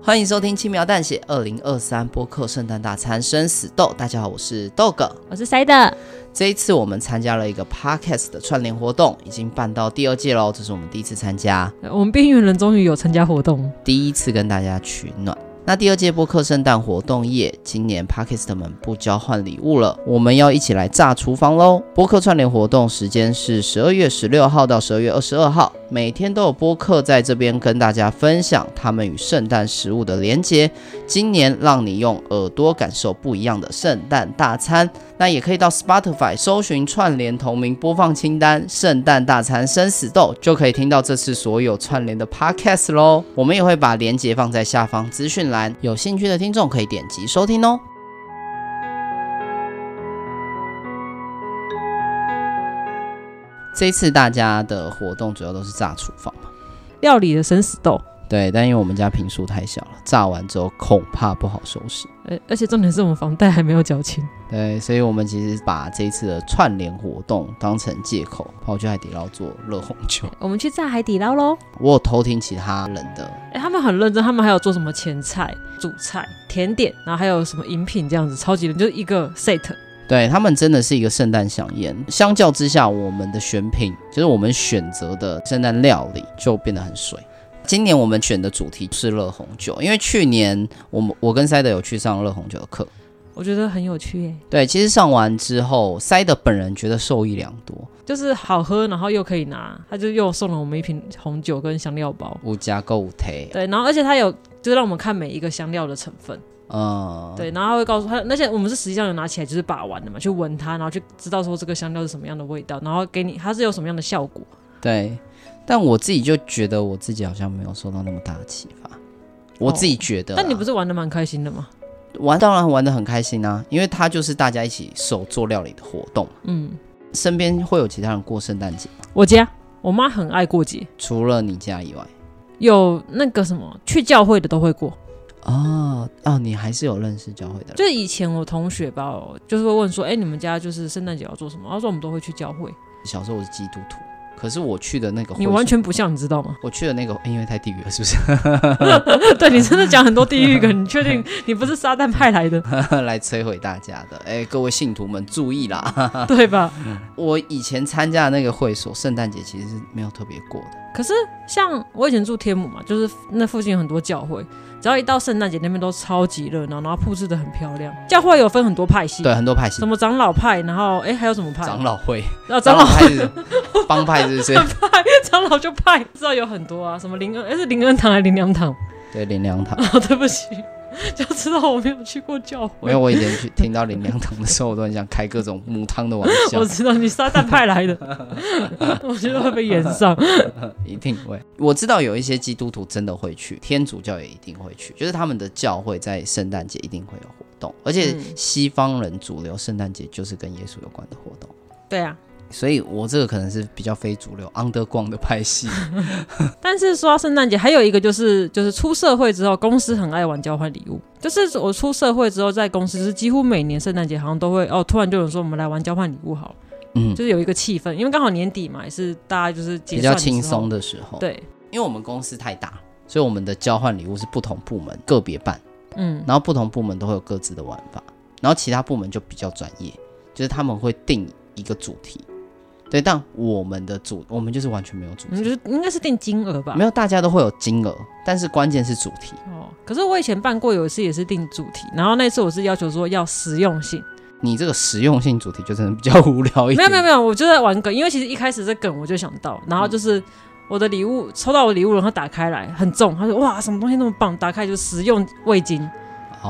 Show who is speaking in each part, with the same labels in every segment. Speaker 1: 欢迎收听《轻描淡写》二零二三播客圣诞大餐生死斗。大家好，我是豆哥。
Speaker 2: 我是 s 的，
Speaker 1: 这一次我们参加了一个 podcast 的串联活动，已经办到第二届喽，这是我们第一次参加，
Speaker 2: 我们边缘人终于有参加活动，
Speaker 1: 第一次跟大家取暖。那第二届播客圣诞活动夜，今年 Podcast 们不交换礼物了，我们要一起来炸厨房喽！播客串联活动时间是十二月十六号到十二月二十二号，每天都有播客在这边跟大家分享他们与圣诞食物的连结。今年让你用耳朵感受不一样的圣诞大餐，那也可以到 Spotify 搜寻串联同名播放清单“圣诞大餐生死斗”，就可以听到这次所有串联的 Podcast 喽。我们也会把链接放在下方资讯栏，有兴趣的听众可以点击收听哦。这一次大家的活动主要都是炸厨房嘛，
Speaker 2: 料理的生死斗，
Speaker 1: 对，但因为我们家平数太小了，炸完之后恐怕不好收拾。
Speaker 2: 而而且重点是我们房贷还没有缴清，
Speaker 1: 对，所以我们其实把这一次的串联活动当成借口，跑去海底捞做热红酒。
Speaker 2: 我们去炸海底捞喽。
Speaker 1: 我有偷听其他人的，
Speaker 2: 哎、他们很认真，他们还有做什么前菜、主菜、甜点，然后还有什么饮品这样子，超级就是一个 set。
Speaker 1: 对他们真的是一个圣诞飨宴。相较之下，我们的选品就是我们选择的圣诞料理就变得很水。今年我们选的主题是热红酒，因为去年我们我跟塞德有去上热红酒的课，
Speaker 2: 我觉得很有趣耶、
Speaker 1: 对，其实上完之后，塞德本人觉得受益良多，
Speaker 2: 就是好喝，然后又可以拿，他就又送了我们一瓶红酒跟香料包。
Speaker 1: 无加购物台，
Speaker 2: 对，然后而且他有就是让我们看每一个香料的成分，
Speaker 1: 嗯，
Speaker 2: 对，然后他会告诉他，而且我们是实际上有拿起来就是把玩的嘛，去闻它，然后去知道说这个香料是什么样的味道，然后给你它是有什么样的效果。
Speaker 1: 对，但我自己就觉得我自己好像没有受到那么大的启发。我自己觉得啦、
Speaker 2: 哦但你不是玩的蛮开心的吗？
Speaker 1: 玩，当然玩的很开心啊，因为它就是大家一起手做料理的活动。
Speaker 2: 嗯，
Speaker 1: 身边会有其他人过圣诞节，
Speaker 2: 我家我妈很爱过节，
Speaker 1: 除了你家以外，
Speaker 2: 有那个什么去教会的都会过。
Speaker 1: 哦哦，你还是有认识教会的人，
Speaker 2: 就是以前我同学吧，就是会问说，哎、你们家就是圣诞节要做什么？他说我们都会去教会。
Speaker 1: 小时候我是基督徒，可是我去的那个会
Speaker 2: 你
Speaker 1: 所
Speaker 2: 完全不像，你知道吗？
Speaker 1: 我去的那个，因为太地狱了，是不是？
Speaker 2: 对你真的讲很多地狱梗，你确定你不是撒旦派 来的，
Speaker 1: 来摧毁大家的。哎，各位信徒们注意啦！
Speaker 2: 对吧？
Speaker 1: 我以前参加的那个会所，圣诞节其实是没有特别过的。
Speaker 2: 可是像我以前住天母嘛，就是那附近有很多教会，只要一到圣诞节，那边都超级热闹，然后布置的很漂亮。教会有分很多派系，
Speaker 1: 对，，很多派系
Speaker 2: 什，么长老派，然后哎、还有什么派？
Speaker 1: 长老会。
Speaker 2: 啊，
Speaker 1: 长
Speaker 2: 长
Speaker 1: 老
Speaker 2: 老
Speaker 1: 派是什么帮派是不是？
Speaker 2: 派，长老就派，知道有很多啊，什么灵恩，哎、是灵恩堂还是灵粮堂？
Speaker 1: 对，林良堂。
Speaker 2: 啊，对不起， 就知道我没有去过教
Speaker 1: 因
Speaker 2: 会
Speaker 1: 为。我以前去听到林良堂的时候，我都很想开各种母汤的玩笑
Speaker 2: 我，知道你撒旦派来的， 我觉得会被延上。
Speaker 1: 一定会。我知道有一些基督徒真的会去，天主教也一定会去，就是他们的教会在圣诞节一定会有活动，而且
Speaker 2: 嗯
Speaker 1: 西方人主流圣诞节就是跟耶稣有关的活动。
Speaker 2: 对啊，
Speaker 1: 所以，我这个可能是比较非主流、underground 的派 系。
Speaker 2: 但是说到圣诞节，还有一个就是就是出社会之后，公司很爱玩交换礼物。就是我出社会之后，在公司是几乎每年圣诞节好像都会哦，突然就有人说我们来玩交换礼物好了，
Speaker 1: 嗯，
Speaker 2: 就是有一个气氛，因为刚好年底嘛，也是大家就是结
Speaker 1: 比较
Speaker 2: 算的时候
Speaker 1: 轻松。的时候。，
Speaker 2: 对，
Speaker 1: 因为我们公司太大，所以我们的交换礼物是不同部门个别办。
Speaker 2: 嗯，
Speaker 1: 然后不同部门都会有各自的玩法，然后其他部门就比较专业，就是他们会定一个主题，对，但我们的主我们就是完全没有主
Speaker 2: 嗯，
Speaker 1: 题，
Speaker 2: 就是应该是定金额吧
Speaker 1: 没。有大家都会有金额，但是关键是主题，
Speaker 2: 哦，可是我以前办过有一次也是定主题，然后那次我是要求说要实用性，
Speaker 1: 你这个实用性主题就真的比较无聊一点，
Speaker 2: 没有没有没有，我就在玩梗，因为其实一开始这梗我就想到，然后
Speaker 1: 嗯
Speaker 2: 就是我的礼物抽到我礼物，然后打开来很重，他说哇什么东西那么棒，打开就是食用味精，
Speaker 1: 有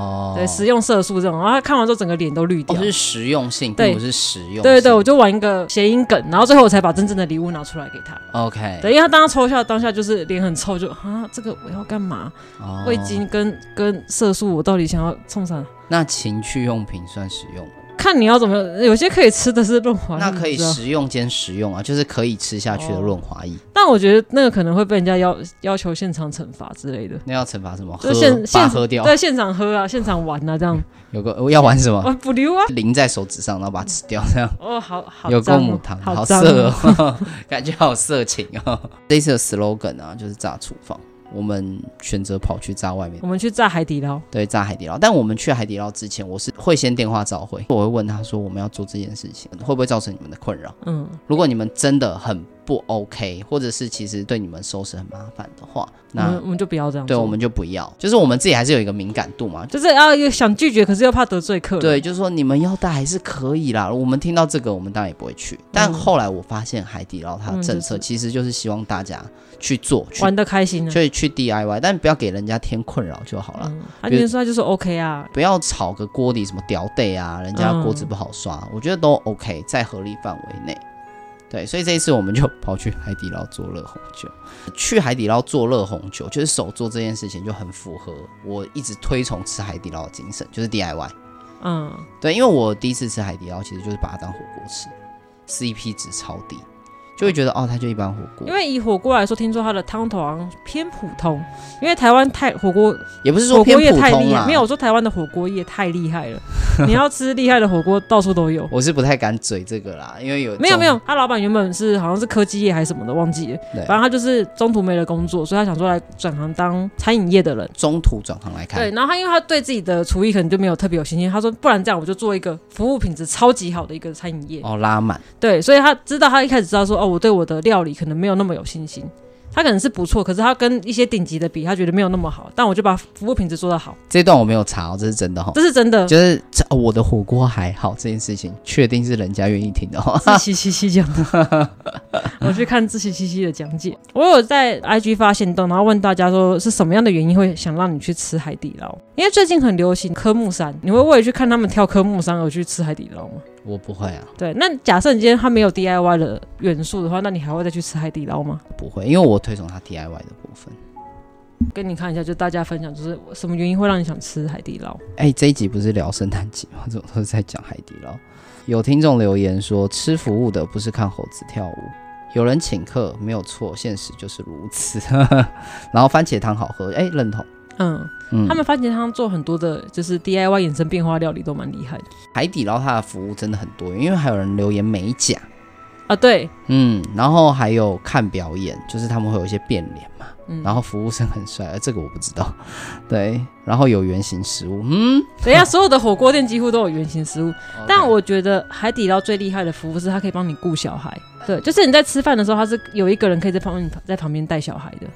Speaker 1: 哦，
Speaker 2: 对，食用色素这种，然后他看完之后整个脸都绿
Speaker 1: 哦
Speaker 2: 掉。
Speaker 1: 是实用性，
Speaker 2: 对
Speaker 1: 并不是实用性。
Speaker 2: 对对对，我就玩一个谐音梗，然后最后我才把真正的礼物拿出来给他。
Speaker 1: OK，
Speaker 2: 对，因为他当他抽下当下就是脸很臭，就啊，这个我要干嘛？
Speaker 1: 哦
Speaker 2: 味精跟跟色素，我到底想要冲啥？
Speaker 1: 那情趣用品算实用吗，
Speaker 2: 看你要怎么，有些可以吃的是润滑液，
Speaker 1: 那可以
Speaker 2: 你知道
Speaker 1: 实用兼实用啊，就是可以吃下去的
Speaker 2: 哦
Speaker 1: 润滑液。
Speaker 2: 但我觉得那个可能会被人家要要求现场惩罚之类的，
Speaker 1: 那要惩罚什么？喝
Speaker 2: 就现
Speaker 1: 把它
Speaker 2: 现
Speaker 1: 喝掉。
Speaker 2: 在现场喝啊，现场玩啊，这样
Speaker 1: 有个我要玩什么？
Speaker 2: 啊不溜啊，
Speaker 1: 淋在手指上，然后把它吃掉，这样。
Speaker 2: 哦好 好
Speaker 1: 有
Speaker 2: 脏
Speaker 1: 够母
Speaker 2: 哦
Speaker 1: 汤，
Speaker 2: 好脏
Speaker 1: 色
Speaker 2: 哦，
Speaker 1: 哦， 感觉好色情哦。这次的 slogan 啊，就是炸厨房，我们选择跑去炸外面
Speaker 2: 我，们去炸海底捞，
Speaker 1: 对，炸海底捞。但我们去海底捞之前，我是会先电话召回，我会问他说我们要做这件事情会不会造成你们的困扰？
Speaker 2: 嗯，
Speaker 1: 如果你们真的很不 OK，或者是其实对你们收拾很麻烦的话，
Speaker 2: 我
Speaker 1: 那
Speaker 2: 们我们就不要这样
Speaker 1: 对
Speaker 2: 做
Speaker 1: 我们就不要，就是我们自己还是有一个敏感度嘛。
Speaker 2: 就是要又想拒绝，可是又怕得罪客人，
Speaker 1: 对，就是说你们要带还是可以啦。我们听到这个，我们当然也不会去。但
Speaker 2: 嗯
Speaker 1: 后来我发现海底捞它的
Speaker 2: 嗯
Speaker 1: 政
Speaker 2: 就
Speaker 1: 策
Speaker 2: 是
Speaker 1: 其实就是希望大家去做，去
Speaker 2: 玩的开心呢。
Speaker 1: 去去 DIY，但不要给人家添困扰就好了。
Speaker 2: 嗯，他
Speaker 1: 比如
Speaker 2: 今天说他就说 OK 啊，
Speaker 1: 不要炒个锅底什么掉底啊，人家锅子
Speaker 2: 嗯
Speaker 1: 不好刷，我觉得都 OK，在合理范围内。对，所以这一次我们就跑去海底捞做热红酒。去海底捞做热红酒，就是手做这件事情就很符合我一直推崇吃海底捞的精神，就是 DIY。
Speaker 2: 嗯，
Speaker 1: 对，因为我第一次吃海底捞，其实就是把它当火锅吃，CP 值超低，就会觉得哦，它就一般火锅
Speaker 2: 因。为以火锅来说，听说它的汤头好像偏普通，因为台湾太火锅
Speaker 1: 也不是说
Speaker 2: 火
Speaker 1: 偏
Speaker 2: 锅业
Speaker 1: 普
Speaker 2: 太
Speaker 1: 通
Speaker 2: 厉
Speaker 1: 啦
Speaker 2: 害，，没有我说台湾的火锅业太厉害了，你要吃厉害的火锅到处都有。
Speaker 1: 我是不太敢嘴这个啦，因为有
Speaker 2: 没
Speaker 1: 这
Speaker 2: 有
Speaker 1: 种
Speaker 2: 没有，他老板原本是好像是科技业还是什么的，忘记了。
Speaker 1: 对
Speaker 2: 反正他就是中途没了工作，所以他想说来转行当餐饮业的人。
Speaker 1: 中途转行来看，
Speaker 2: 对，然后他因为他对自己的厨艺可能就没有特别有信心，他说不然这样我就做一个服务品质超级好的一个餐饮业。
Speaker 1: 哦拉满，
Speaker 2: 对，所以他知道他一开始知道说哦，我对我的料理可能没有那么有信心，他可能是不错，可是他跟一些顶级的比，他觉得没有那么好。但我就把服务品质做得好，
Speaker 1: 这段我没有查、哦，这是真的哈、
Speaker 2: 这是真的。
Speaker 1: 就是这、哦我的火锅还好这件事情，确定是人家愿意听的哦哈、
Speaker 2: 自欺欺欺讲的，我去看自欺欺欺的讲解。我有在 IG 发现动，然后问大家说是什么样的原因会想让你去吃海底捞？因为最近很流行科目三，你会为了去看他们跳科目三而去吃海底捞吗？
Speaker 1: 我不会啊，
Speaker 2: 对，那假设你今天它没有 DIY 的元素的话，那你还会再去吃海底捞吗？
Speaker 1: 不会，因为我推崇他 DIY 的部分。
Speaker 2: 跟你看一下，就大家分享，就是什么原因会让你想吃海底捞？
Speaker 1: 哎，这一集不是聊圣诞节吗？怎么都是在讲海底捞？有听众留言说，吃服务的不是看猴子跳舞。有人请客没有错，现实就是如此。 然后番茄汤好喝，哎，认同。
Speaker 2: 嗯，
Speaker 1: 嗯，
Speaker 2: 他们番茄汤做很多的，就是 DIY 衍生变化料理都蛮厉害的
Speaker 1: 海底捞它的服务真的很多，因为还有人留言美甲，
Speaker 2: 啊。对，
Speaker 1: 嗯，然后还有看表演，就是他们会有一些变脸嘛，
Speaker 2: 嗯，
Speaker 1: 然后服务生很帅，呃这个我不知道， 对，然后有圆形食物，嗯，
Speaker 2: 等一下，所有的火锅店几乎都有圆形食物，但
Speaker 1: OK
Speaker 2: 我觉得海底捞最厉害的服务是它可以帮你顾小孩，对，就是你在吃饭的时候，它是有一个人可以在旁边在旁边带小孩的。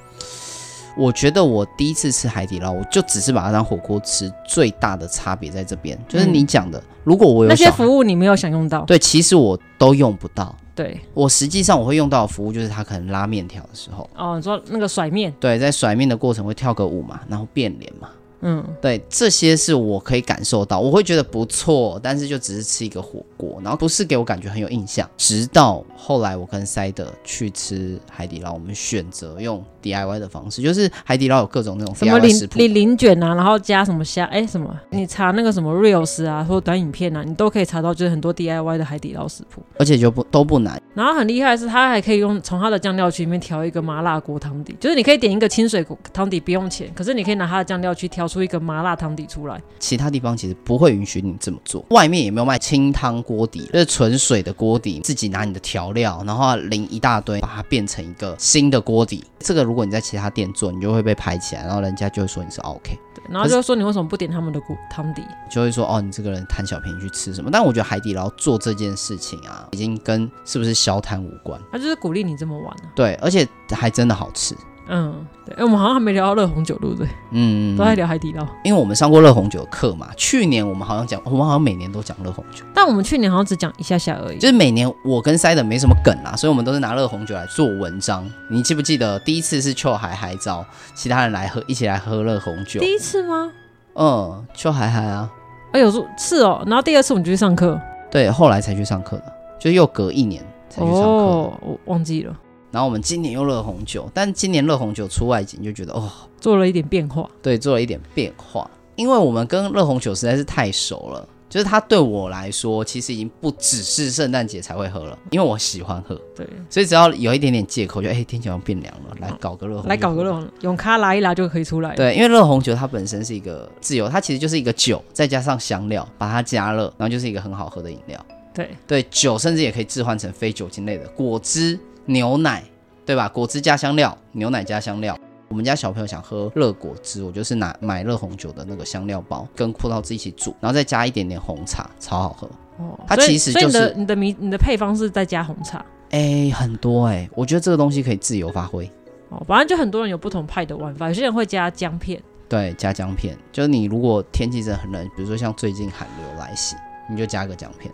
Speaker 1: 我觉得我第一次吃海底捞，我就只是把它当火锅吃，最大的差别在这边，就是你讲的，如果我有
Speaker 2: 嗯那些
Speaker 1: 小孩
Speaker 2: 服务你没有享用到，
Speaker 1: 对，其实我都用不到。
Speaker 2: 对，
Speaker 1: 我实际上我会用到的服务就是他可能拉面条的时候，
Speaker 2: 哦，你说那个甩面，
Speaker 1: 对，在甩面的过程会跳个舞嘛，然后变脸嘛，
Speaker 2: 嗯，
Speaker 1: 对，这些是我可以感受到，我会觉得不错，但是就只是吃一个火锅，然后不是给我感觉很有印象。直到后来我跟塞德去吃海底捞，我们选择用 DIY 的方式，就是海底捞有各种那种
Speaker 2: 什么
Speaker 1: DIY 食
Speaker 2: 零
Speaker 1: 谱，
Speaker 2: 零零卷啊，然后加什么虾，哎，什么，你查那个什么 reels 啊，或短影片啊，你都可以查到，就是很多 DIY 的海底捞食谱。
Speaker 1: 而且就不都不难。
Speaker 2: 然后很厉害的是，它还可以用从它的酱料区里面调一个麻辣锅汤底，就是你可以点一个清水锅汤底不用钱，可是你可以拿它的酱料区调出一个麻辣汤底出来。
Speaker 1: 其他地方其实不会允许你这么做，外面也没有卖清汤锅底，就是纯水的锅底，自己拿你的调料，然后淋一大堆，把它变成一个新的锅底。这个如果你在其他店做，你就会被拍起来，然后人家就会说你是 OK，
Speaker 2: 对然后就说你为什么不点他们的锅汤底？
Speaker 1: 就会说哦你这个人贪小便宜去吃什么。但我觉得海底捞做这件事情啊，已经跟是不是消贪无关，
Speaker 2: 他就是鼓励你这么玩啊。
Speaker 1: 对，而且还真的好吃。
Speaker 2: 嗯，对，哎、我们好像还没聊到热红酒，对不对？
Speaker 1: 嗯
Speaker 2: 都在聊海底捞。
Speaker 1: 因为我们上过热红酒的课嘛，去年我们好像讲，我们好像每年都讲热红酒。
Speaker 2: 但我们去年好像只讲一下下而已
Speaker 1: 就。是每年我跟 s i d e 没什么梗啦，所以我们都是拿热红酒来做文章。你记不记得第一次是秋海海藻，其他人来喝，一起来喝热红酒？
Speaker 2: 第一次吗？
Speaker 1: 嗯，就还还啊。
Speaker 2: 哎呦，说是哦。然后第二次我们就去上课，
Speaker 1: 对，后来才去上课的，就又隔一年才去上课的。
Speaker 2: 哦，我忘记了，
Speaker 1: 然后我们今年又热红酒，但今年热红酒出外景就觉得哦，
Speaker 2: 做了一点变化。
Speaker 1: 对，做了一点变化，因为我们跟热红酒实在是太熟了，就是它对我来说其实已经不只是圣诞节才会喝了，因为我喜欢喝，
Speaker 2: 对，
Speaker 1: 所以只要有一点点借口就，哎天气好像变凉了，来搞个热红酒，
Speaker 2: 来搞个。种永咖拉一拉就可以出来。，
Speaker 1: 哦对，因为热红酒它本身是一个自由，它其实就是一个酒，再加上香料，把它加热，然后就是一个很好喝的饮料。
Speaker 2: 对，
Speaker 1: 对，酒甚至也可以置换成非酒精类的果汁、牛奶，对吧？果汁加香料，牛奶加香料。我们家小朋友想喝热果汁，我就是拿买热红酒的那个香料包，跟葡萄汁一起煮，然后再加一点点红茶，超好喝。
Speaker 2: 哦，
Speaker 1: 它
Speaker 2: 所以
Speaker 1: 其实
Speaker 2: 所以你
Speaker 1: 就是
Speaker 2: 的你的米你的配方是在加红茶
Speaker 1: 哎，很多哎、我觉得这个东西可以自由发挥。
Speaker 2: 哦，反正就很多人有不同派的玩法，有些人会加姜片，
Speaker 1: 对，加姜片，就是你如果天气真的很冷，比如说像最近寒流来袭，你就加个姜片。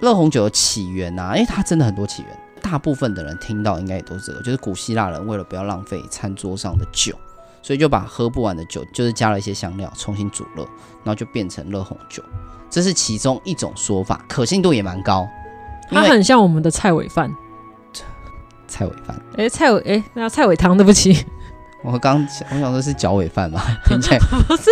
Speaker 1: 热红酒的起源啊，因为它真的很多起源，大部分的人听到应该也都是这个，就是古希腊人为了不要浪费餐桌上的酒，所以就把喝不完的酒，就是加了一些香料重新煮热，然后就变成热红酒，这是其中一种说法，可信度也蛮高。因
Speaker 2: 它
Speaker 1: 为
Speaker 2: 很像我们的菜尾饭。
Speaker 1: 蔡伟饭，
Speaker 2: 哎，菜尾哎，那菜尾汤，对不起，
Speaker 1: 我刚我想说是脚尾饭嘛，听起来
Speaker 2: 不是，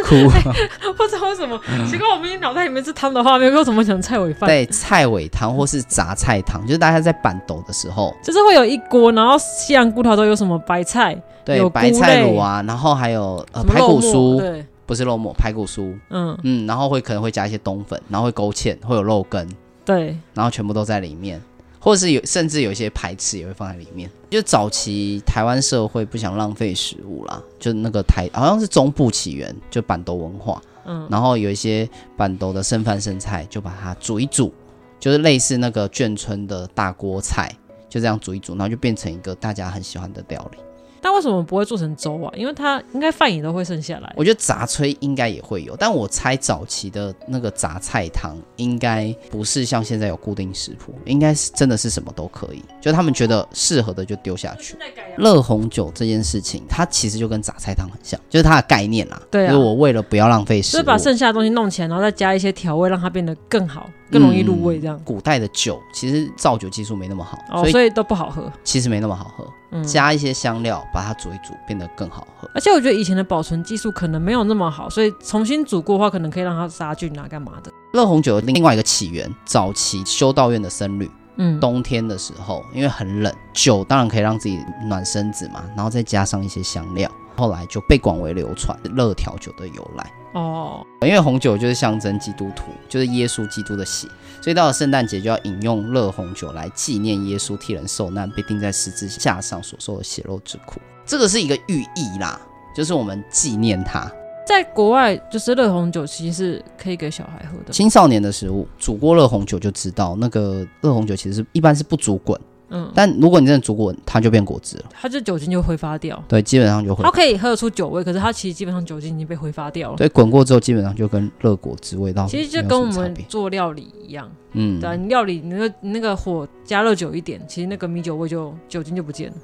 Speaker 1: 哭。嗯
Speaker 2: 不知道为什么，奇怪，我明明脑袋里面是汤的画面，为什么想菜尾饭？
Speaker 1: 对，菜尾汤或是杂菜汤，就是大家在板斗的时候，
Speaker 2: 就是会有一锅，然后西洋骨头都有什么白菜、
Speaker 1: 对，
Speaker 2: 有
Speaker 1: 白
Speaker 2: 菇
Speaker 1: 菜
Speaker 2: 类
Speaker 1: 卤啊，然后还有呃
Speaker 2: 什么
Speaker 1: 排
Speaker 2: 肉
Speaker 1: 骨
Speaker 2: 末，
Speaker 1: 酥，
Speaker 2: 对，
Speaker 1: 不是肉末，排骨酥，
Speaker 2: 嗯，
Speaker 1: 嗯，然后会可能会加一些冬粉，然后会勾芡，会有肉羹，
Speaker 2: 对，
Speaker 1: 然后全部都在里面，或者是有甚至有一些排翅也会放在里面。就早期台湾社会不想浪费食物啦，就那个台好像是中部起源，就板豆文化，
Speaker 2: 嗯，
Speaker 1: 然后有一些板豆的剩饭剩菜，就把它煮一煮，就是类似那个眷村的大锅菜，就这样煮一煮，然后就变成一个大家很喜欢的料理。
Speaker 2: 但为什么不会做成粥啊？因为它应该饭也都会剩下来。
Speaker 1: 我觉得杂炊应该也会有，但我猜早期的那个杂菜汤应该不是像现在有固定食谱，应该是真的是什么都可以，就他们觉得适合的就丢下去。热红酒这件事情，它其实就跟杂菜汤很像，就是它的概念啦。
Speaker 2: 对啊
Speaker 1: 就是我为了不要浪费
Speaker 2: 就
Speaker 1: 食
Speaker 2: 是
Speaker 1: 物，
Speaker 2: 把剩下的东西弄起来，然后再加一些调味，让它变得更好，更容易入味，这样、
Speaker 1: 嗯古代的酒其实造酒技术没那么好，
Speaker 2: 哦，
Speaker 1: 所以
Speaker 2: 所以都不好喝。
Speaker 1: 其实没那么好喝。
Speaker 2: 嗯，
Speaker 1: 加一些香料，把它煮一煮，变得更好喝。
Speaker 2: 而且我觉得以前的保存技术可能没有那么好，所以重新煮过的话，可能可以让它杀菌啊，干嘛的。
Speaker 1: 热红酒的另外一个起源，早期修道院的僧侣
Speaker 2: 嗯，
Speaker 1: 冬天的时候，因为很冷，酒当然可以让自己暖身子嘛，然后再加上一些香料，后来就被广为流传热调酒的由来。
Speaker 2: 哦，
Speaker 1: 因为红酒就是象征基督徒，就是耶稣基督的血，所以到了圣诞节就要饮用热红酒来纪念耶稣替人受难，被钉在十字架上所受的血肉之苦。这个是一个寓意啦，就是我们纪念他。
Speaker 2: 在国外就是热红酒其实是可以给小孩喝的，
Speaker 1: 青少年的食物，煮过热红酒就知道，那个热红酒其实是一般是不煮滚，
Speaker 2: 嗯，
Speaker 1: 但如果你真的煮滚，它就变果汁了。
Speaker 2: 它就酒精就挥发掉。
Speaker 1: 对，基本上就会
Speaker 2: 它。可以喝得出酒味，可是它其实基本上酒精已经被挥发掉了。
Speaker 1: 对，滚过之后基本上就跟热果汁味道
Speaker 2: 其实就
Speaker 1: 没有
Speaker 2: 跟我
Speaker 1: 什么
Speaker 2: 们
Speaker 1: 差别
Speaker 2: 做料理一样，
Speaker 1: 嗯，
Speaker 2: 对、啊，你料理你那个你那个火加热久一点，其实那个米酒味就酒精就不见了。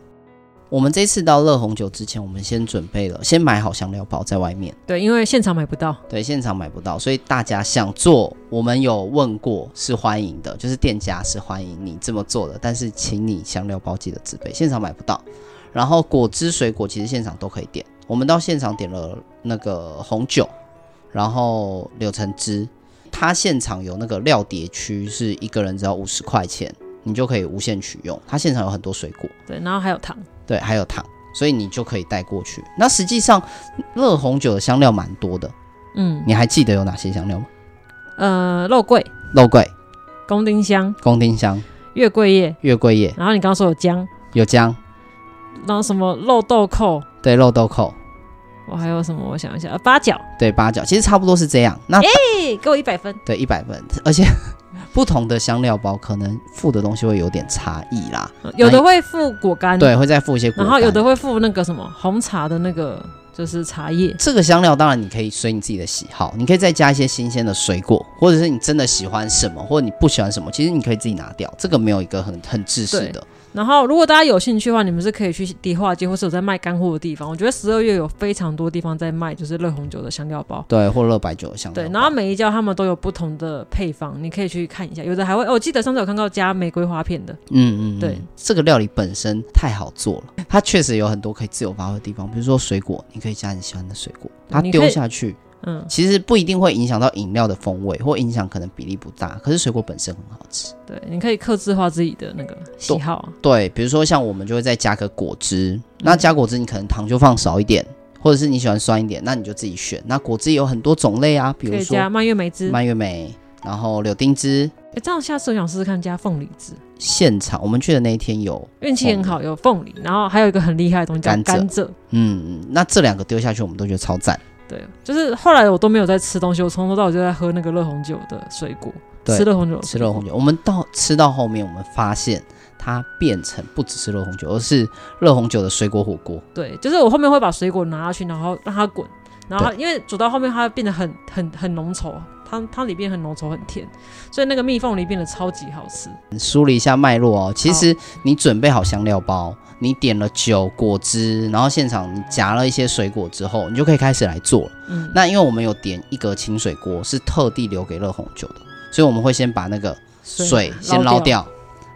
Speaker 1: 我们这次到热红酒之前，我们先准备了，先买好香料包在外面，
Speaker 2: 对，因为现场买不到。
Speaker 1: 对，现场买不到，所以大家想做，我们有问过是欢迎的，就是店家是欢迎你这么做的，但是请你香料包记得自备，现场买不到。然后果汁、水果其实现场都可以点，我们到现场点了那个红酒，然后柳橙汁，它现场有那个料碟区，是一个人只要五十块钱，你就可以无限取用。它现场有很多水果，
Speaker 2: 对，然后还有糖，
Speaker 1: 对，还有糖，所以你就可以带过去。那实际上热红酒的香料蛮多的，
Speaker 2: 嗯，
Speaker 1: 你还记得有哪些香料吗？
Speaker 2: 呃，肉桂、
Speaker 1: 肉桂、
Speaker 2: 宫丁香、
Speaker 1: 宫丁香、
Speaker 2: 月桂叶，
Speaker 1: 月桂叶、
Speaker 2: 然后你刚刚说有姜，
Speaker 1: 有姜，
Speaker 2: 然后什么肉豆蔻，
Speaker 1: 对，肉豆蔻，
Speaker 2: 我还有什么？我想一下，呃、八角。
Speaker 1: 对，八角，其实差不多是这样。那
Speaker 2: 嘿，给我一百分。
Speaker 1: 对一百分，而且不同的香料包可能附的东西会有点差异啦，
Speaker 2: 有的会附果干，
Speaker 1: 对，，会再附一些果
Speaker 2: 嗯然
Speaker 1: 干。
Speaker 2: 后有的会附那个什么红茶的那个，就是茶叶。
Speaker 1: 这个香料当然你可以随你自己的喜好，你可以再加一些新鲜的水果，或者是你真的喜欢什么，或者你不喜欢什么，其实你可以自己拿掉，这个没有一个很很制式的。
Speaker 2: 然后，如果大家有兴趣的话，你们是可以去迪化街，或是有在卖干货的地方。我觉得十二月有非常多地方在卖，就是热红酒的香料包。
Speaker 1: 对，或热白酒的香料
Speaker 2: 对
Speaker 1: 包。，
Speaker 2: 然后每一家他们都有不同的配方，你可以去看一下。有的还会，哦我记得上次有看到加玫瑰花片的，
Speaker 1: 嗯嗯，嗯
Speaker 2: 对，
Speaker 1: 这个料理本身太好做了，它确实有很多可以自由发挥的地方，比如说水果，你可以加你喜欢的水果，它
Speaker 2: 你可
Speaker 1: 丢
Speaker 2: 以
Speaker 1: 下去，
Speaker 2: 嗯，
Speaker 1: 其实不一定会影响到饮料的风味，或影响可能比例不大，可是水果本身很好吃。
Speaker 2: 对，你可以克制化自己的那个喜好啊。
Speaker 1: 对，比如说像我们就会再加个果汁，
Speaker 2: 嗯
Speaker 1: 那加果汁你可能糖就放少一点，或者是你喜欢酸一点，那你就自己选。那果汁有很多种类啊，比
Speaker 2: 可
Speaker 1: 如
Speaker 2: 以
Speaker 1: 说
Speaker 2: 加蔓越莓汁，
Speaker 1: 蔓越莓，然后柳丁汁。
Speaker 2: 诶这样下次我想试试看加凤梨汁。
Speaker 1: 现场我们去的那一天有，
Speaker 2: 运气很好，有凤梨，然后还有一个很厉害的东西叫
Speaker 1: 甘蔗
Speaker 2: 甘蔗。
Speaker 1: 嗯，那这两个丢下去我们都觉得超赞。
Speaker 2: 对，就是后来我都没有在吃东西，我从头到尾就在喝那个热红酒的水果，
Speaker 1: 对
Speaker 2: 吃热红酒，
Speaker 1: 吃热红。酒，我们到吃到后面，我们发现它变成不只是热红酒，而是热红酒的水果火锅。
Speaker 2: 对，就是我后面会把水果拿下去，然后让它滚，然后它因为煮到后面它变得很很很浓稠，它它里面很浓稠很甜，所以那个蜜凤梨变得超级好吃。
Speaker 1: 梳理一下脉络哦，其实你准备好香料包，你点了酒、果汁，然后现场你夹了一些水果之后，你就可以开始来做了。
Speaker 2: 嗯，
Speaker 1: 那因为我们有点一格清水锅，是特地留给热红酒的，所以我们会先把那个水先捞，掉，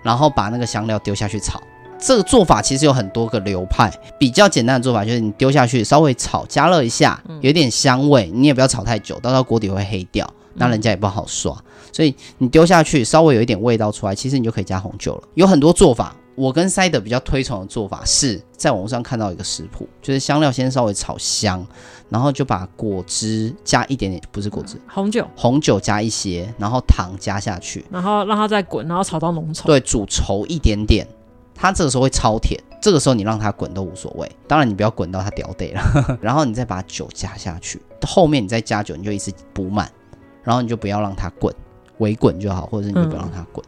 Speaker 1: 然后把那个香料丢下去炒。这个做法其实有很多个流派，比较简单的做法就是你丢下去稍微炒，加热一下，有点香味，你也不要炒太久，到时候锅底会黑掉，那人家也不好刷。所以你丢下去稍微有一点味道出来，其实你就可以加红酒了。有很多做法，我跟塞德比较推崇的做法是在网络上看到一个食谱，就是香料先稍微炒香，然后就把果汁加一点点，不是果汁，
Speaker 2: 红酒，
Speaker 1: 红酒加一些，然后糖加下去，
Speaker 2: 然后让它再滚，然后炒到浓稠。
Speaker 1: 对，煮稠一点点，它这个时候会超甜。这个时候你让它滚都无所谓，当然你不要滚到它掉队了， 然后你再把酒加下去，后面你再加酒，你就一直补满，然后你就不要让它滚，微滚就好，或者是你就不要
Speaker 2: 嗯
Speaker 1: 让它滚。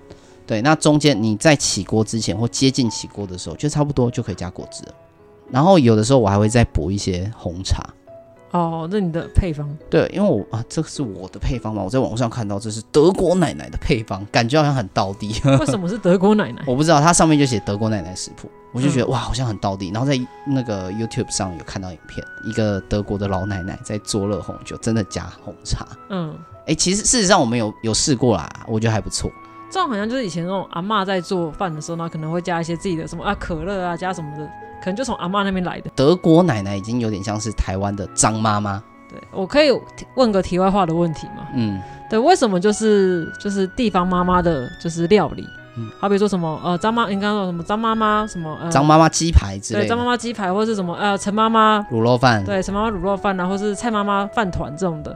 Speaker 1: 对，那中间你在起锅之前或接近起锅的时候，就差不多就可以加果汁了。然后有的时候我还会再补一些红茶，
Speaker 2: 哦，这你的 配方，
Speaker 1: 对，因为我啊，这个是我的配方嘛，我在网上看到这是德国奶奶的配方，感觉好像很道地。
Speaker 2: 为什么是德国奶奶？
Speaker 1: 我不知道，它上面就写德国奶奶食谱，我就觉得、
Speaker 2: 嗯
Speaker 1: 哇，好像很道地。然后在那个 YouTube 上有看到影片，一个德国的老奶奶在做热红酒，真的加红茶。
Speaker 2: 嗯，
Speaker 1: 哎，其实事实上我们有有试过啦，我觉得还不错。
Speaker 2: 这种好像就是以前那种阿嬷在做饭的时候，然后可能会加一些自己的什么啊可乐啊，加什么的，可能就从阿嬷那边来的。
Speaker 1: 德国奶奶已经有点像是台湾的张妈妈，
Speaker 2: 对，我可以问个题外话的问题吗？
Speaker 1: 嗯，
Speaker 2: 对，为什么就是就是地方妈妈的就是料理，
Speaker 1: 嗯
Speaker 2: 好比说什么呃张妈，你刚刚说什么张妈妈什么呃
Speaker 1: 张妈妈鸡排之
Speaker 2: 对
Speaker 1: 类的嗯
Speaker 2: 张妈，妈鸡排，或是什么呃陈妈妈
Speaker 1: 卤肉饭，
Speaker 2: 对陈妈妈卤肉饭啊，或是蔡妈妈饭团这种的。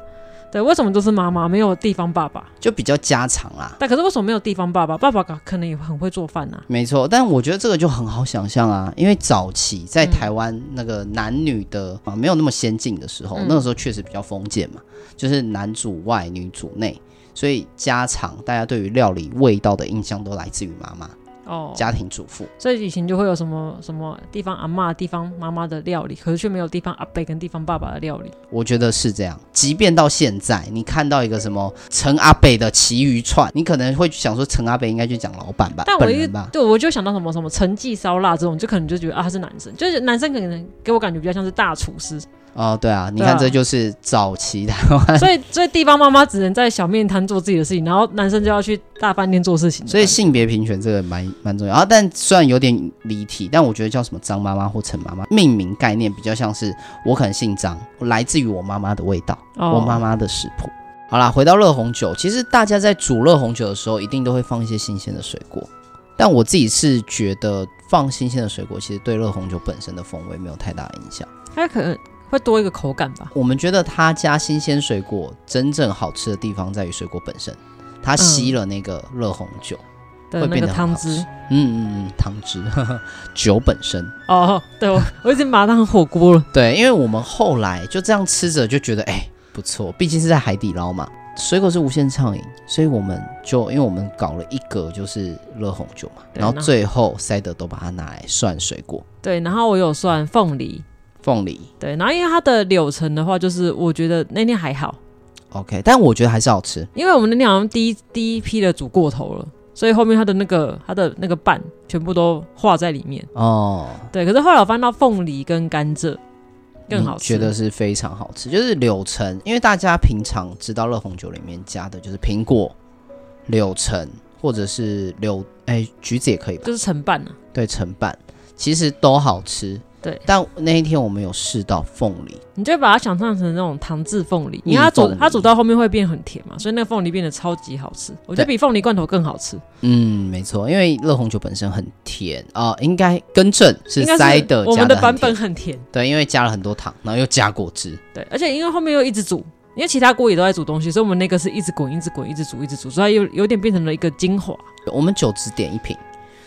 Speaker 2: 对，为什么都是妈妈，没有地方爸爸？
Speaker 1: 就比较家常啦。
Speaker 2: 但可是为什么没有地方爸爸？爸爸可能也很会做饭啊。
Speaker 1: 没错，但我觉得这个就很好想象啊，因为早期
Speaker 2: 嗯
Speaker 1: 在台湾那个男女的、啊没有那么先进的时候，
Speaker 2: 嗯
Speaker 1: 那个时候确实比较封建嘛，就是男主外女主内，所以家常大家对于料理味道的印象都来自于妈妈、
Speaker 2: 哦，
Speaker 1: 家庭主妇。
Speaker 2: 所以以前就会有什么什么地方阿嬷、地方妈妈的料理，可是却没有地方阿伯跟地方爸爸的料理。
Speaker 1: 我觉得是这样，即便到现在，你看到一个什么陈阿北的奇鱼串，你可能会想说陈阿北应该去讲老板吧，
Speaker 2: 但我
Speaker 1: 本
Speaker 2: 一
Speaker 1: 人吧。
Speaker 2: 对我就想到什么什么陈记烧腊这种，就可能就觉得啊他是男生，就是男生可能给我感觉比较像是大厨 师，
Speaker 1: 哦，对啊，你
Speaker 2: 对啊
Speaker 1: 看这就是早期台湾
Speaker 2: 所以所以地方妈妈只能在小面摊做自己的事情，然后男生就要去大饭店做事情。
Speaker 1: 所以性别平权这个蛮蛮重要啊，但虽然有点离题，但我觉得叫什么张妈妈或陈妈妈，命名概念比较像是我可能姓张，来自于我妈妈的味道，
Speaker 2: 哦
Speaker 1: 我妈妈的食谱。好啦，回到热红酒，其实大家在煮热红酒的时候，一定都会放一些新鲜的水果，但我自己是觉得放新鲜的水果，其实对热红酒本身的风味没有太大的影响。
Speaker 2: 他可能会多一个口感吧。
Speaker 1: 我们觉得他加新鲜水果真正好吃的地方在于水果本身，它吸了那个热红酒。
Speaker 2: 对
Speaker 1: 会
Speaker 2: 那
Speaker 1: 变
Speaker 2: 个
Speaker 1: 得很
Speaker 2: 汤
Speaker 1: 好吃
Speaker 2: 汁
Speaker 1: 嗯嗯嗯，汤汁， 酒本身。
Speaker 2: 哦，对我我已经把它当火锅了。
Speaker 1: 对，因为我们后来就这样吃着就觉得，哎、不错，毕竟是在海底捞嘛。水果是无限畅饮，所以我们就因为我们搞了一格就是热红酒嘛，
Speaker 2: 对
Speaker 1: 然后
Speaker 2: 那
Speaker 1: 最后塞德都把它拿来涮水果，
Speaker 2: 对，然后我有算凤梨，
Speaker 1: 凤梨
Speaker 2: 对，然后因为它的柳橙的话，就是我觉得那天还好，
Speaker 1: ，OK，但我觉得还是好吃。
Speaker 2: 因为我们那天好像第一第一批的煮过头了，所以后面它的那个它的那个瓣全部都化在里面。
Speaker 1: 哦，
Speaker 2: 对，可是后来我翻到凤梨跟甘蔗更好
Speaker 1: 你
Speaker 2: 吃，
Speaker 1: 觉得是非常好吃。就是柳橙，因为大家平常知道热红酒里面加的就是苹果、柳橙或者是柳哎橘子也可以吧？
Speaker 2: 就是承办啊，
Speaker 1: 对，橙瓣其实都好吃。
Speaker 2: 对
Speaker 1: 但那一天我们有试到凤梨，
Speaker 2: 你就把它想象成那种糖制凤梨，因为它
Speaker 1: 蜜
Speaker 2: 煮
Speaker 1: 凤梨
Speaker 2: 它煮到后面会变很甜嘛，所以那个凤梨变得超级好吃，我觉得
Speaker 1: 对
Speaker 2: 比凤梨罐头更好吃。
Speaker 1: 嗯，没错，因为热红酒本身很甜啊、呃应该更正是
Speaker 2: 应该
Speaker 1: 塞
Speaker 2: 是
Speaker 1: 的，
Speaker 2: 我
Speaker 1: 加
Speaker 2: 们
Speaker 1: 的
Speaker 2: 的版本很甜，
Speaker 1: 对，因为加了很多糖，然后又加果汁，
Speaker 2: 对，而且因为后面又一直煮，因为其他锅也都在煮东西，所以我们那个是一直滚、一直滚、一直煮、一直煮，所以它有有点变成了一个精华。
Speaker 1: 我们酒只点一瓶，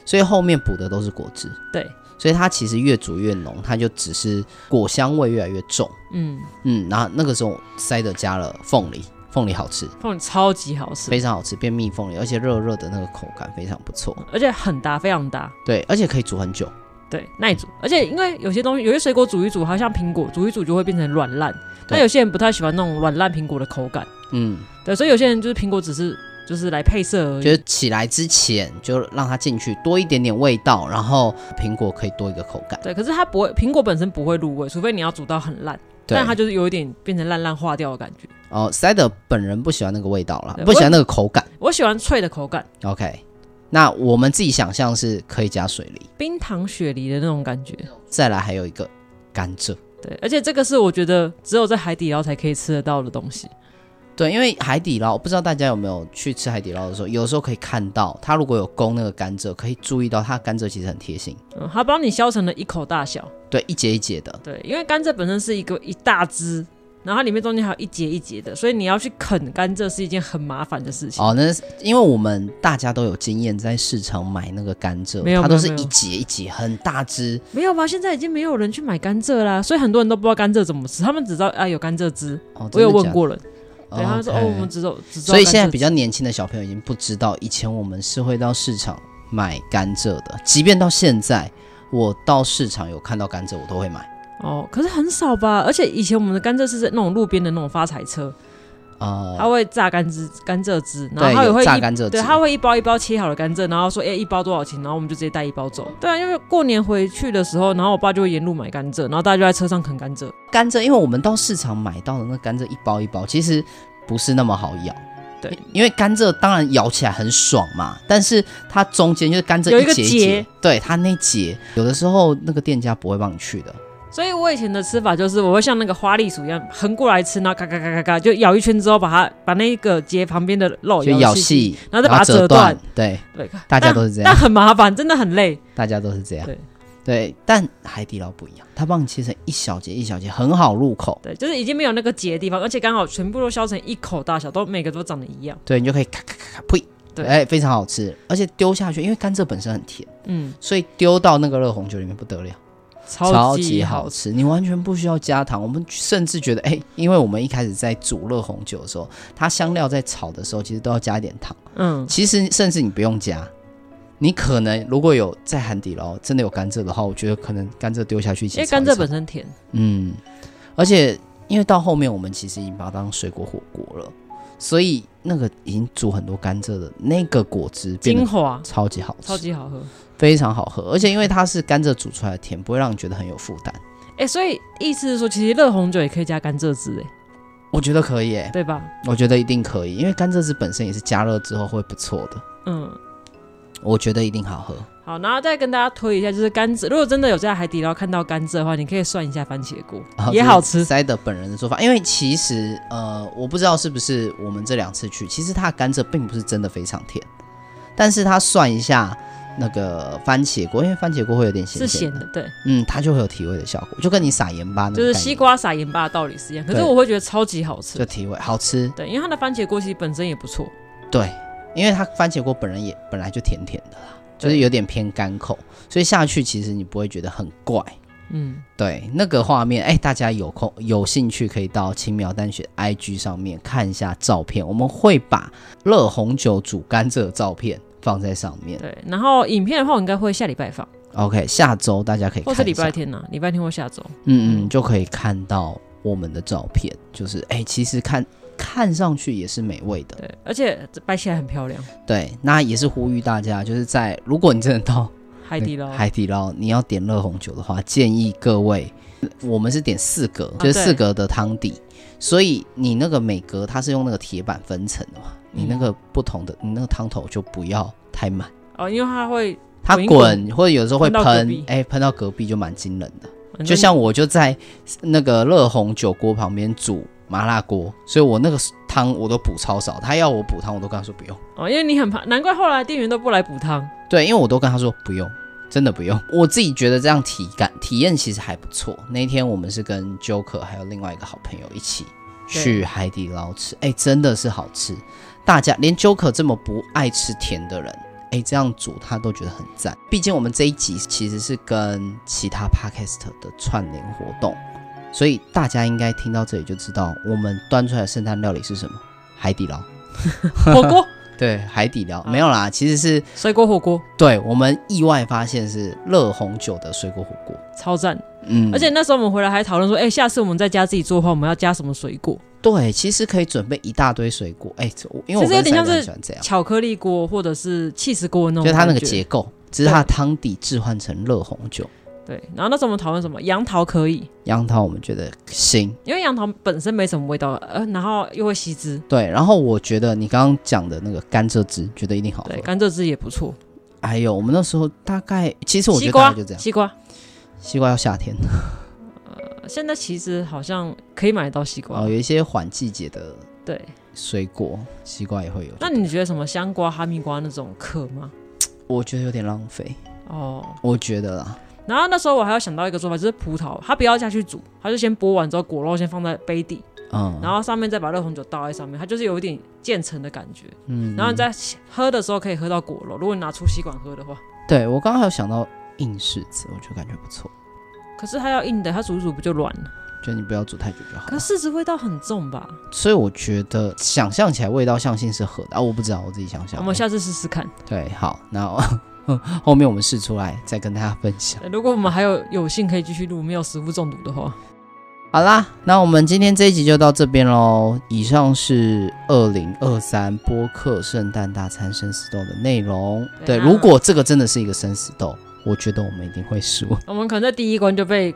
Speaker 1: 所以后面补的都是果汁，
Speaker 2: 对，
Speaker 1: 所以它其实越煮越浓，它就只是果香味越来越重。
Speaker 2: 嗯，
Speaker 1: 嗯，然后那个时候塞的加了凤梨，凤梨好吃，
Speaker 2: 凤梨超级好吃，
Speaker 1: 非常好吃，变蜜凤梨，而且热热的那个口感非常不错。
Speaker 2: 而且很搭，非常搭。
Speaker 1: 对，而且可以煮很久。
Speaker 2: 对，耐煮，而且因为有些东西，有些水果煮一煮，好像苹果煮一煮就会变成软烂，但
Speaker 1: 对
Speaker 2: 有些人不太喜欢那种软烂苹果的口感，
Speaker 1: 嗯，
Speaker 2: 对，所以有些人就是苹果只是就是来配色而
Speaker 1: 就
Speaker 2: 已，
Speaker 1: 是起来之前就让它进去多一点点味道，然后苹果可以多一个口感。
Speaker 2: 对，可是它不会，苹果本身不会入味，除非你要煮到很烂，
Speaker 1: 对，
Speaker 2: 但它就是有一点变成烂烂化掉的感觉。
Speaker 1: 哦，塞德本人不喜欢那个味道了，
Speaker 2: 对
Speaker 1: 不喜欢那个口感。
Speaker 2: 我喜欢脆的口感，
Speaker 1: OK，那我们自己想象是可以加水梨，
Speaker 2: 冰糖雪梨的那种感觉，
Speaker 1: 再来还有一个甘蔗。
Speaker 2: 对，而且这个是我觉得只有在海底捞才可以吃得到的东西。
Speaker 1: 对，因为海底捞，不知道大家有没有去吃海底捞的时候，有时候可以看到，它如果有供那个甘蔗，可以注意到它的甘蔗其实很贴心，
Speaker 2: 嗯，它帮你削成了一口大小，
Speaker 1: 对，一节一节的，
Speaker 2: 对，因为甘蔗本身是一个一大支，然后它里面中间还有一节一节的，所以你要去啃甘蔗是一件很麻烦的事情。
Speaker 1: 哦，那是因为我们大家都有经验，在市场买那个甘蔗
Speaker 2: 没，有
Speaker 1: 它都
Speaker 2: 没有
Speaker 1: 是
Speaker 2: 没有
Speaker 1: 一节一节很大只，
Speaker 2: 没有吧？现在已经没有人去买甘蔗啦，所以很多人都不知道甘蔗怎么吃，他们只知道啊有甘蔗汁。
Speaker 1: 哦，
Speaker 2: 我有
Speaker 1: 真的
Speaker 2: 问
Speaker 1: 假
Speaker 2: 过人，
Speaker 1: 的，
Speaker 2: 对，他说
Speaker 1: OK
Speaker 2: 哦，我们只知道只知道甘蔗汁。
Speaker 1: 所以现在比较年轻的小朋友已经不知道，以前我们是会到市场买甘蔗的，即便到现在，我到市场有看到甘蔗，我都会买。
Speaker 2: 哦，可是很少吧？而且以前我们的甘蔗是那种路边的那种发财车，它
Speaker 1: 呃，
Speaker 2: 会榨甘蔗甘蔗汁，然后它
Speaker 1: 对，
Speaker 2: 也
Speaker 1: 有
Speaker 2: 会
Speaker 1: 榨
Speaker 2: 一
Speaker 1: 甘蔗
Speaker 2: 对，
Speaker 1: 汁，
Speaker 2: 他会一包一包切好的甘蔗，然后说，哎、一包多少钱？然后我们就直接带一包走。对啊，因为过年回去的时候，然后我爸就会沿路买甘蔗，然后大家就在车上啃甘蔗。
Speaker 1: 甘蔗，因为我们到市场买到的那甘蔗一包一包，其实不是那么好咬。
Speaker 2: 对，
Speaker 1: 因为甘蔗当然咬起来很爽嘛，但是它中间就是甘蔗
Speaker 2: 有一
Speaker 1: 一
Speaker 2: 个
Speaker 1: 节一
Speaker 2: 节
Speaker 1: 节，对它那节，有的时候那个店家不会帮你去的。
Speaker 2: 所以我以前的吃法就是，我会像那个花栗鼠一样横过来吃，然后嘎嘎嘎嘎嘎，就咬一圈之后，把它把那个节旁边的肉
Speaker 1: 就
Speaker 2: 哦咬
Speaker 1: 咬
Speaker 2: 细。
Speaker 1: 细，
Speaker 2: 然后再把它折
Speaker 1: 折
Speaker 2: 断。
Speaker 1: 对，
Speaker 2: 对，
Speaker 1: 大家
Speaker 2: 但
Speaker 1: 都是这样
Speaker 2: 但很麻烦，真的很累。
Speaker 1: 大家都是这样。
Speaker 2: 对
Speaker 1: 对但海底捞不一样，它帮你切成一小节一小节，很好入口。
Speaker 2: 对，就是已经没有那个节的地方，而且刚好全部都削成一口大小，都每个都长得一样。
Speaker 1: 对，你就可以咔咔咔咔呸，
Speaker 2: 对
Speaker 1: 哎，非常好吃，而且丢下去，因为甘蔗本身很甜，
Speaker 2: 嗯，
Speaker 1: 所以丢到那个热红酒里面不得了，
Speaker 2: 超
Speaker 1: 级
Speaker 2: 好
Speaker 1: 好吃，你完全不需要加糖。我们甚至觉得，哎，因为我们一开始在煮热红酒的时候，它香料在炒的时候，其实都要加一点糖。
Speaker 2: 嗯，
Speaker 1: 其实甚至你不用加，你可能如果有在海底捞真的有甘蔗的话，我觉得可能甘蔗丢下去一起
Speaker 2: 因为
Speaker 1: 炒一
Speaker 2: 甘蔗
Speaker 1: 炒
Speaker 2: 本身甜。
Speaker 1: 嗯，而且因为到后面我们其实已经把它当水果火锅了，所以那个已经煮很多甘蔗的那个果汁变得
Speaker 2: 精华，
Speaker 1: 超级好吃，
Speaker 2: 超级好喝。
Speaker 1: 非常好喝，而且因为它是甘蔗煮出来的甜，不会让你觉得很有负担。
Speaker 2: 哎、所以意思是说，其实热红酒也可以加甘蔗汁，哎，
Speaker 1: 我觉得可以耶、
Speaker 2: 对吧？
Speaker 1: 我觉得一定可以，因为甘蔗汁本身也是加热之后会不错的，
Speaker 2: 嗯，
Speaker 1: 我觉得一定好喝。
Speaker 2: 好，然后再跟大家推一下，就是甘蔗，如果真的有在海底捞看到甘蔗的话，你可以涮一下番茄锅，
Speaker 1: 然后
Speaker 2: 也
Speaker 1: 这
Speaker 2: 好
Speaker 1: 啊是
Speaker 2: 吃。
Speaker 1: 塞德本人的做法，因为其实呃，我不知道是不是我们这两次去，其实它的甘蔗并不是真的非常甜，但是它算一下那个番茄锅，因为番茄锅会有点咸
Speaker 2: 是咸
Speaker 1: 的，
Speaker 2: 的，对，
Speaker 1: 嗯，它就会有提味的效果，就跟你撒盐巴那个
Speaker 2: 就是
Speaker 1: 概念
Speaker 2: 西瓜撒盐巴的道理是一样，可是
Speaker 1: 对
Speaker 2: 我会觉得超级好吃
Speaker 1: 就。提味，好吃，
Speaker 2: 对，因为它的番茄锅其实本身也不错，
Speaker 1: 对，因为它番茄锅本人也本来就甜甜的啦，就
Speaker 2: 对
Speaker 1: 是有点偏干口，所以下去其实你不会觉得很怪。
Speaker 2: 嗯，
Speaker 1: 对，那个画面，哎，大家有空有兴趣可以到轻描淡写 IG 上面看一下照片，我们会把热红酒煮甘蔗的照片放在上面。
Speaker 2: 对。然后影片的话，我应该会下礼拜放，
Speaker 1: OK，下周大家可以
Speaker 2: 或
Speaker 1: 看
Speaker 2: 是
Speaker 1: 一
Speaker 2: 礼
Speaker 1: 下
Speaker 2: 拜，嗯天呐、礼拜天或下周。
Speaker 1: 嗯嗯，就可以看到我们的照片，就是哎，其实看看上去也是美味的。
Speaker 2: 对，而且这摆起来很漂亮，
Speaker 1: 对，那也是呼吁大家，就是在如果你真的到
Speaker 2: 海底捞。嗯
Speaker 1: 海底捞，你要点热红酒的话，建议各位，我们是点四格，就是
Speaker 2: 啊对
Speaker 1: 四格的汤底，所以你那个每格它是用那个铁板分层的嘛，
Speaker 2: 嗯
Speaker 1: 你那个不同的，你那个汤头就不要太满，
Speaker 2: 哦，因为它会
Speaker 1: 它
Speaker 2: 滚一
Speaker 1: 滚或者有时候会
Speaker 2: 喷到隔
Speaker 1: 喷
Speaker 2: 壁，
Speaker 1: 哎，喷到隔壁就蛮惊人的。就像我就在那个热红酒锅旁边煮麻辣锅，所以我那个汤我都补超少，他要我补汤我都跟他说不用。
Speaker 2: 哦，因为你很怕，难怪后来店员都不来 补汤。
Speaker 1: 对，因为我都跟他说不用，真的不用。我自己觉得这样体感体验其实还不错。那一天我们是跟 Joker 还有另外一个好朋友一起
Speaker 2: 对
Speaker 1: 去海底捞吃，哎，真的是好吃。大家连 Joker 这么不爱吃甜的人，哎，这样煮他都觉得很赞。毕竟我们这一集其实是跟其他 Podcast 的串联活动，所以大家应该听到这里就知道我们端出来的圣诞料理是什么——海底捞。
Speaker 2: 火锅，
Speaker 1: 对，海底捞没有啦，其实是
Speaker 2: 水果火锅，
Speaker 1: 对我们意外发现是热红酒的水果火锅，
Speaker 2: 超赞！
Speaker 1: 嗯，
Speaker 2: 而且那时候我们回来还讨论说，哎、下次我们在家自己做的话，我们要加什么水果？
Speaker 1: 对，其实可以准备一大堆水果，哎、这我因为我
Speaker 2: 其实有
Speaker 1: 跟
Speaker 2: 点
Speaker 1: 珊
Speaker 2: 像
Speaker 1: 珊很
Speaker 2: 是
Speaker 1: 喜欢这样，
Speaker 2: 巧克力锅或者是气势锅那
Speaker 1: 就
Speaker 2: 种
Speaker 1: 是
Speaker 2: 感觉，
Speaker 1: 它那个结构，只是它的汤底置换成热红酒，
Speaker 2: 对。然后那时候我们讨论什么杨桃可以，
Speaker 1: 杨桃我们觉得行，
Speaker 2: 因为杨桃本身没什么味道，呃，然后又会吸汁，
Speaker 1: 对，然后我觉得你刚刚讲的那个甘蔗汁，觉得一定好喝
Speaker 2: 对，，甘蔗汁也不错。
Speaker 1: 还有我们那时候大概，其实我觉
Speaker 2: 西
Speaker 1: 得大
Speaker 2: 瓜
Speaker 1: 概就这，样，
Speaker 2: 西瓜，
Speaker 1: 西瓜要夏天，哦
Speaker 2: 呃现在其实好像可以买得到西瓜。
Speaker 1: 哦，有一些缓季节的
Speaker 2: 对，
Speaker 1: 水果，西瓜也会有，
Speaker 2: 那你觉得什么香瓜、哈密瓜那种可吗？
Speaker 1: 我觉得有点浪费，
Speaker 2: 哦，
Speaker 1: 我觉得啦，
Speaker 2: 然后那时候我还有想到一个做法，就是葡萄，它不要下去煮，它就先剥完之后果肉先放在杯底，
Speaker 1: 嗯，
Speaker 2: 然后上面再把热红酒倒在上面，它就是有一点渐层的感觉。嗯，然后你在喝的时候可以喝到果肉，如果你拿出吸管喝的话。
Speaker 1: 对我刚刚还有想到硬柿子，我觉得感觉不错。
Speaker 2: 可是它要硬的，它煮一煮不就软了？
Speaker 1: 就你不要煮太久就好
Speaker 2: 可
Speaker 1: 了。
Speaker 2: 是柿子味道很重吧？
Speaker 1: 所以我觉得想象起来味道相信是合的啊，我不知道我自己想
Speaker 2: 我
Speaker 1: 象的。
Speaker 2: 们下次试试看。
Speaker 1: 对好，那后面我们试出来再跟大家分享。
Speaker 2: 呃如果我们还有有幸可以继续录，没有食物中毒的话，
Speaker 1: 好啦，那我们今天这一集就到这边喽。以上是二零二三播客圣诞大餐生死斗的内容。对，
Speaker 2: 对啊
Speaker 1: 如果这个真的是一个生死斗，我觉得我们一定会输。
Speaker 2: 我们可能在第一关就被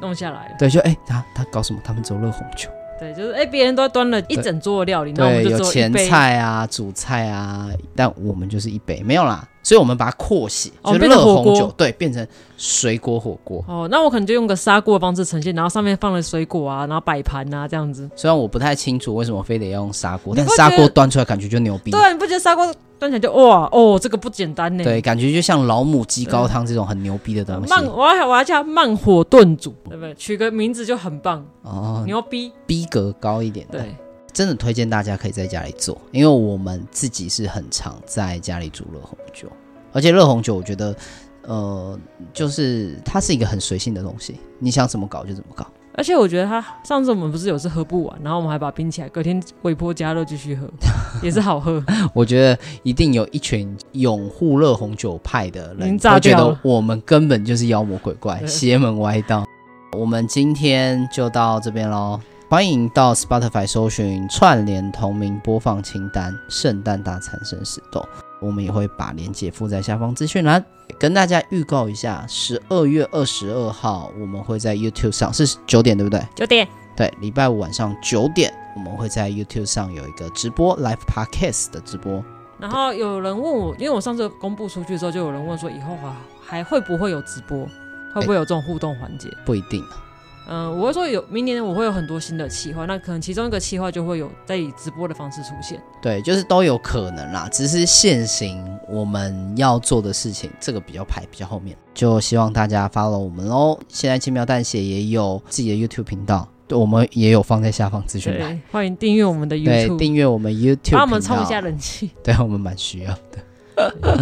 Speaker 2: 弄下来了。
Speaker 1: 对，就哎、他他搞什么？他们只有热红酒。
Speaker 2: 对，就是哎，别人都端了一
Speaker 1: 对
Speaker 2: 整桌的料理，那我们
Speaker 1: 对，
Speaker 2: 就
Speaker 1: 有
Speaker 2: 只一
Speaker 1: 前
Speaker 2: 杯。
Speaker 1: 菜啊、主菜啊，但我们就是一杯没有啦，所以我们把它扩写，
Speaker 2: 哦
Speaker 1: 就
Speaker 2: 变成
Speaker 1: 热
Speaker 2: 火
Speaker 1: 红酒
Speaker 2: 锅，
Speaker 1: 对，变成水果火锅。
Speaker 2: 哦，那我可能就用个砂锅的方式呈现，然后上面放了水果啊，然后摆盘啊这样子。
Speaker 1: 虽然我不太清楚为什么非得要用砂锅，
Speaker 2: 你
Speaker 1: 但
Speaker 2: 不
Speaker 1: 砂
Speaker 2: 觉
Speaker 1: 锅
Speaker 2: 得
Speaker 1: 端出来感觉就牛逼
Speaker 2: 对，啊，你不觉得砂锅端起来就哇哦，这个不简单呢？
Speaker 1: 对，感觉就像老母鸡高汤这种很牛逼的
Speaker 2: 呃，
Speaker 1: 东西。嗯
Speaker 2: 慢，我要我要叫它慢火炖煮，对不对？取个名字就很棒，
Speaker 1: 哦，
Speaker 2: 牛逼。
Speaker 1: 逼格高一点的，
Speaker 2: 对，
Speaker 1: 真的推荐大家可以在家里做，因为我们自己是很常在家里煮热红酒，而且热红酒我觉得。呃，就是它是一个很随性的东西，你想怎么搞就怎么搞。
Speaker 2: 而且我觉得它上次我们不是有次喝不完，然后我们还把它冰起来，隔天微波加热继续 喝，也是好喝。
Speaker 1: 我觉得一定有一群拥护热红酒派的
Speaker 2: 已
Speaker 1: 人，
Speaker 2: 经炸
Speaker 1: 都觉
Speaker 2: 掉
Speaker 1: 得
Speaker 2: 了
Speaker 1: 我们根本就是妖魔鬼怪、
Speaker 2: 对
Speaker 1: 邪门歪道。我们今天就到这边喽，欢迎到 Spotify 搜寻串联同名播放清单《圣诞大餐生死斗》，我们也会把链接附在下方资讯栏。跟大家预告一下，十二月二十二号我们会在 YouTube 上是九点，对不对？
Speaker 2: 九点，
Speaker 1: 对，礼拜五晚上九点，我们会在 YouTube 上有一个直播 Live Podcast 的直播。
Speaker 2: 然后有人问我，因为我上次公布出去之后，就有人问说以后还还会不会有直播，会不会有这种互动环节？
Speaker 1: 不一定啊，
Speaker 2: 嗯，我会说有明年我会有很多新的企划，那可能其中一个企划就会有在以直播的方式出现。
Speaker 1: 对，就是都有可能啦，只是现行我们要做的事情，这个比较排比较后面，就希望大家 follow 我们喽。现在轻描淡写也有自己的 YouTube 频道，对，我们也有放在下方资讯栏，
Speaker 2: 对，欢迎订阅我们的
Speaker 1: 对，
Speaker 2: YouTube，
Speaker 1: 订阅我们 YouTube 频道，
Speaker 2: 帮我们冲一下人气。
Speaker 1: 对我们蛮需要的。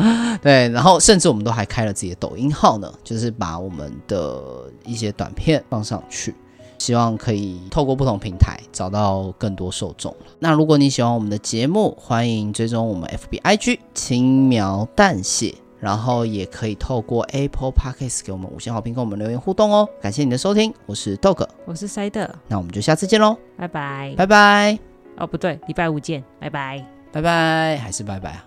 Speaker 1: 对，然后甚至我们都还开了自己的抖音号呢，就是把我们的一些短片放上去，希望可以透过不同平台找到更多受众。那如果你喜欢我们的节目，欢迎追踪我们 FB IG 轻描淡写，然后也可以透过 Apple Podcast 给我们五星好评，跟我们留言互动哦。感谢你的收听，我是 Dog，
Speaker 2: 我是塞德，嗯
Speaker 1: 那我们就下次见喽，
Speaker 2: 拜拜。
Speaker 1: 拜拜。
Speaker 3: 哦，不对，礼拜五见，拜拜。
Speaker 2: 拜拜，还是拜拜啊。